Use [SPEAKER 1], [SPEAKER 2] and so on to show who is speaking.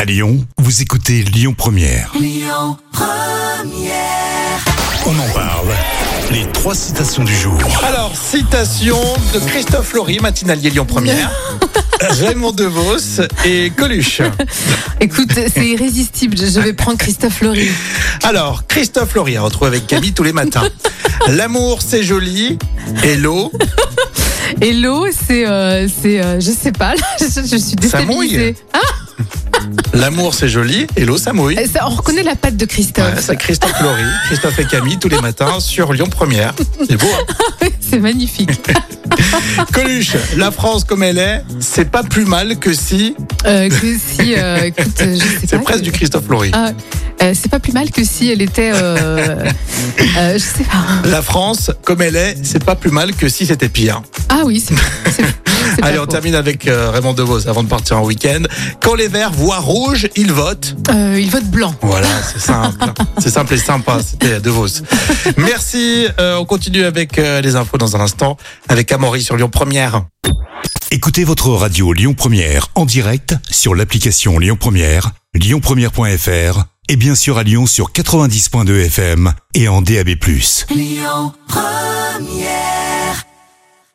[SPEAKER 1] À Lyon, vous écoutez Lyon Première. On en parle. Les trois citations du jour.
[SPEAKER 2] Alors, citation de Christophe Laury, matinalier Lyon Première. Raymond Devos et Coluche.
[SPEAKER 3] Écoute, c'est irrésistible. Je vais prendre Christophe Laurie.
[SPEAKER 2] Alors, Christophe Laury, on retrouve avec Camille tous les matins. L'amour, c'est joli. Et l'eau,
[SPEAKER 3] Et l'eau, c'est, euh, c'est, euh, je sais pas. là, je, je suis déstabilisée.
[SPEAKER 2] Ça mouille. l'amour, c'est joli. Et l'eau, ça mouille.
[SPEAKER 3] Eh, ça, on reconnaît la patte de
[SPEAKER 2] Ouais,
[SPEAKER 3] Christophe.
[SPEAKER 2] c'est Christophe Laury, Christophe et Camille tous les matins sur Lyon Première. C'est beau. hein
[SPEAKER 3] c'est magnifique.
[SPEAKER 2] Coluche, la France comme elle est, c'est pas plus mal que si.
[SPEAKER 3] Euh, que si, euh, écoute, je sais pas.
[SPEAKER 2] C'est presque du Christophe Laury.
[SPEAKER 3] Ah, euh, c'est pas plus mal que si elle était. euh, euh, je sais pas.
[SPEAKER 2] La France comme elle est, c'est pas plus mal que si c'était pire.
[SPEAKER 3] Ah oui, c'est. c'est- c'est pas
[SPEAKER 2] Allez, on
[SPEAKER 3] faux.
[SPEAKER 2] termine avec euh, Raymond DeVos avant de partir en week-end. Quand les Verts voient rouge, ils votent.
[SPEAKER 3] Euh, il vote blanc.
[SPEAKER 2] Voilà, c'est simple. c'est simple et sympa, c'était DeVos. Merci, euh, on continue avec euh, les infos dans un instant, avec Amaury sur Lyon Première.
[SPEAKER 1] Écoutez votre radio Lyon Première en direct sur l'application Lyon Première, lyonpremière.fr et bien sûr à Lyon sur 90.2 FM et en DAB+.
[SPEAKER 4] Lyon Première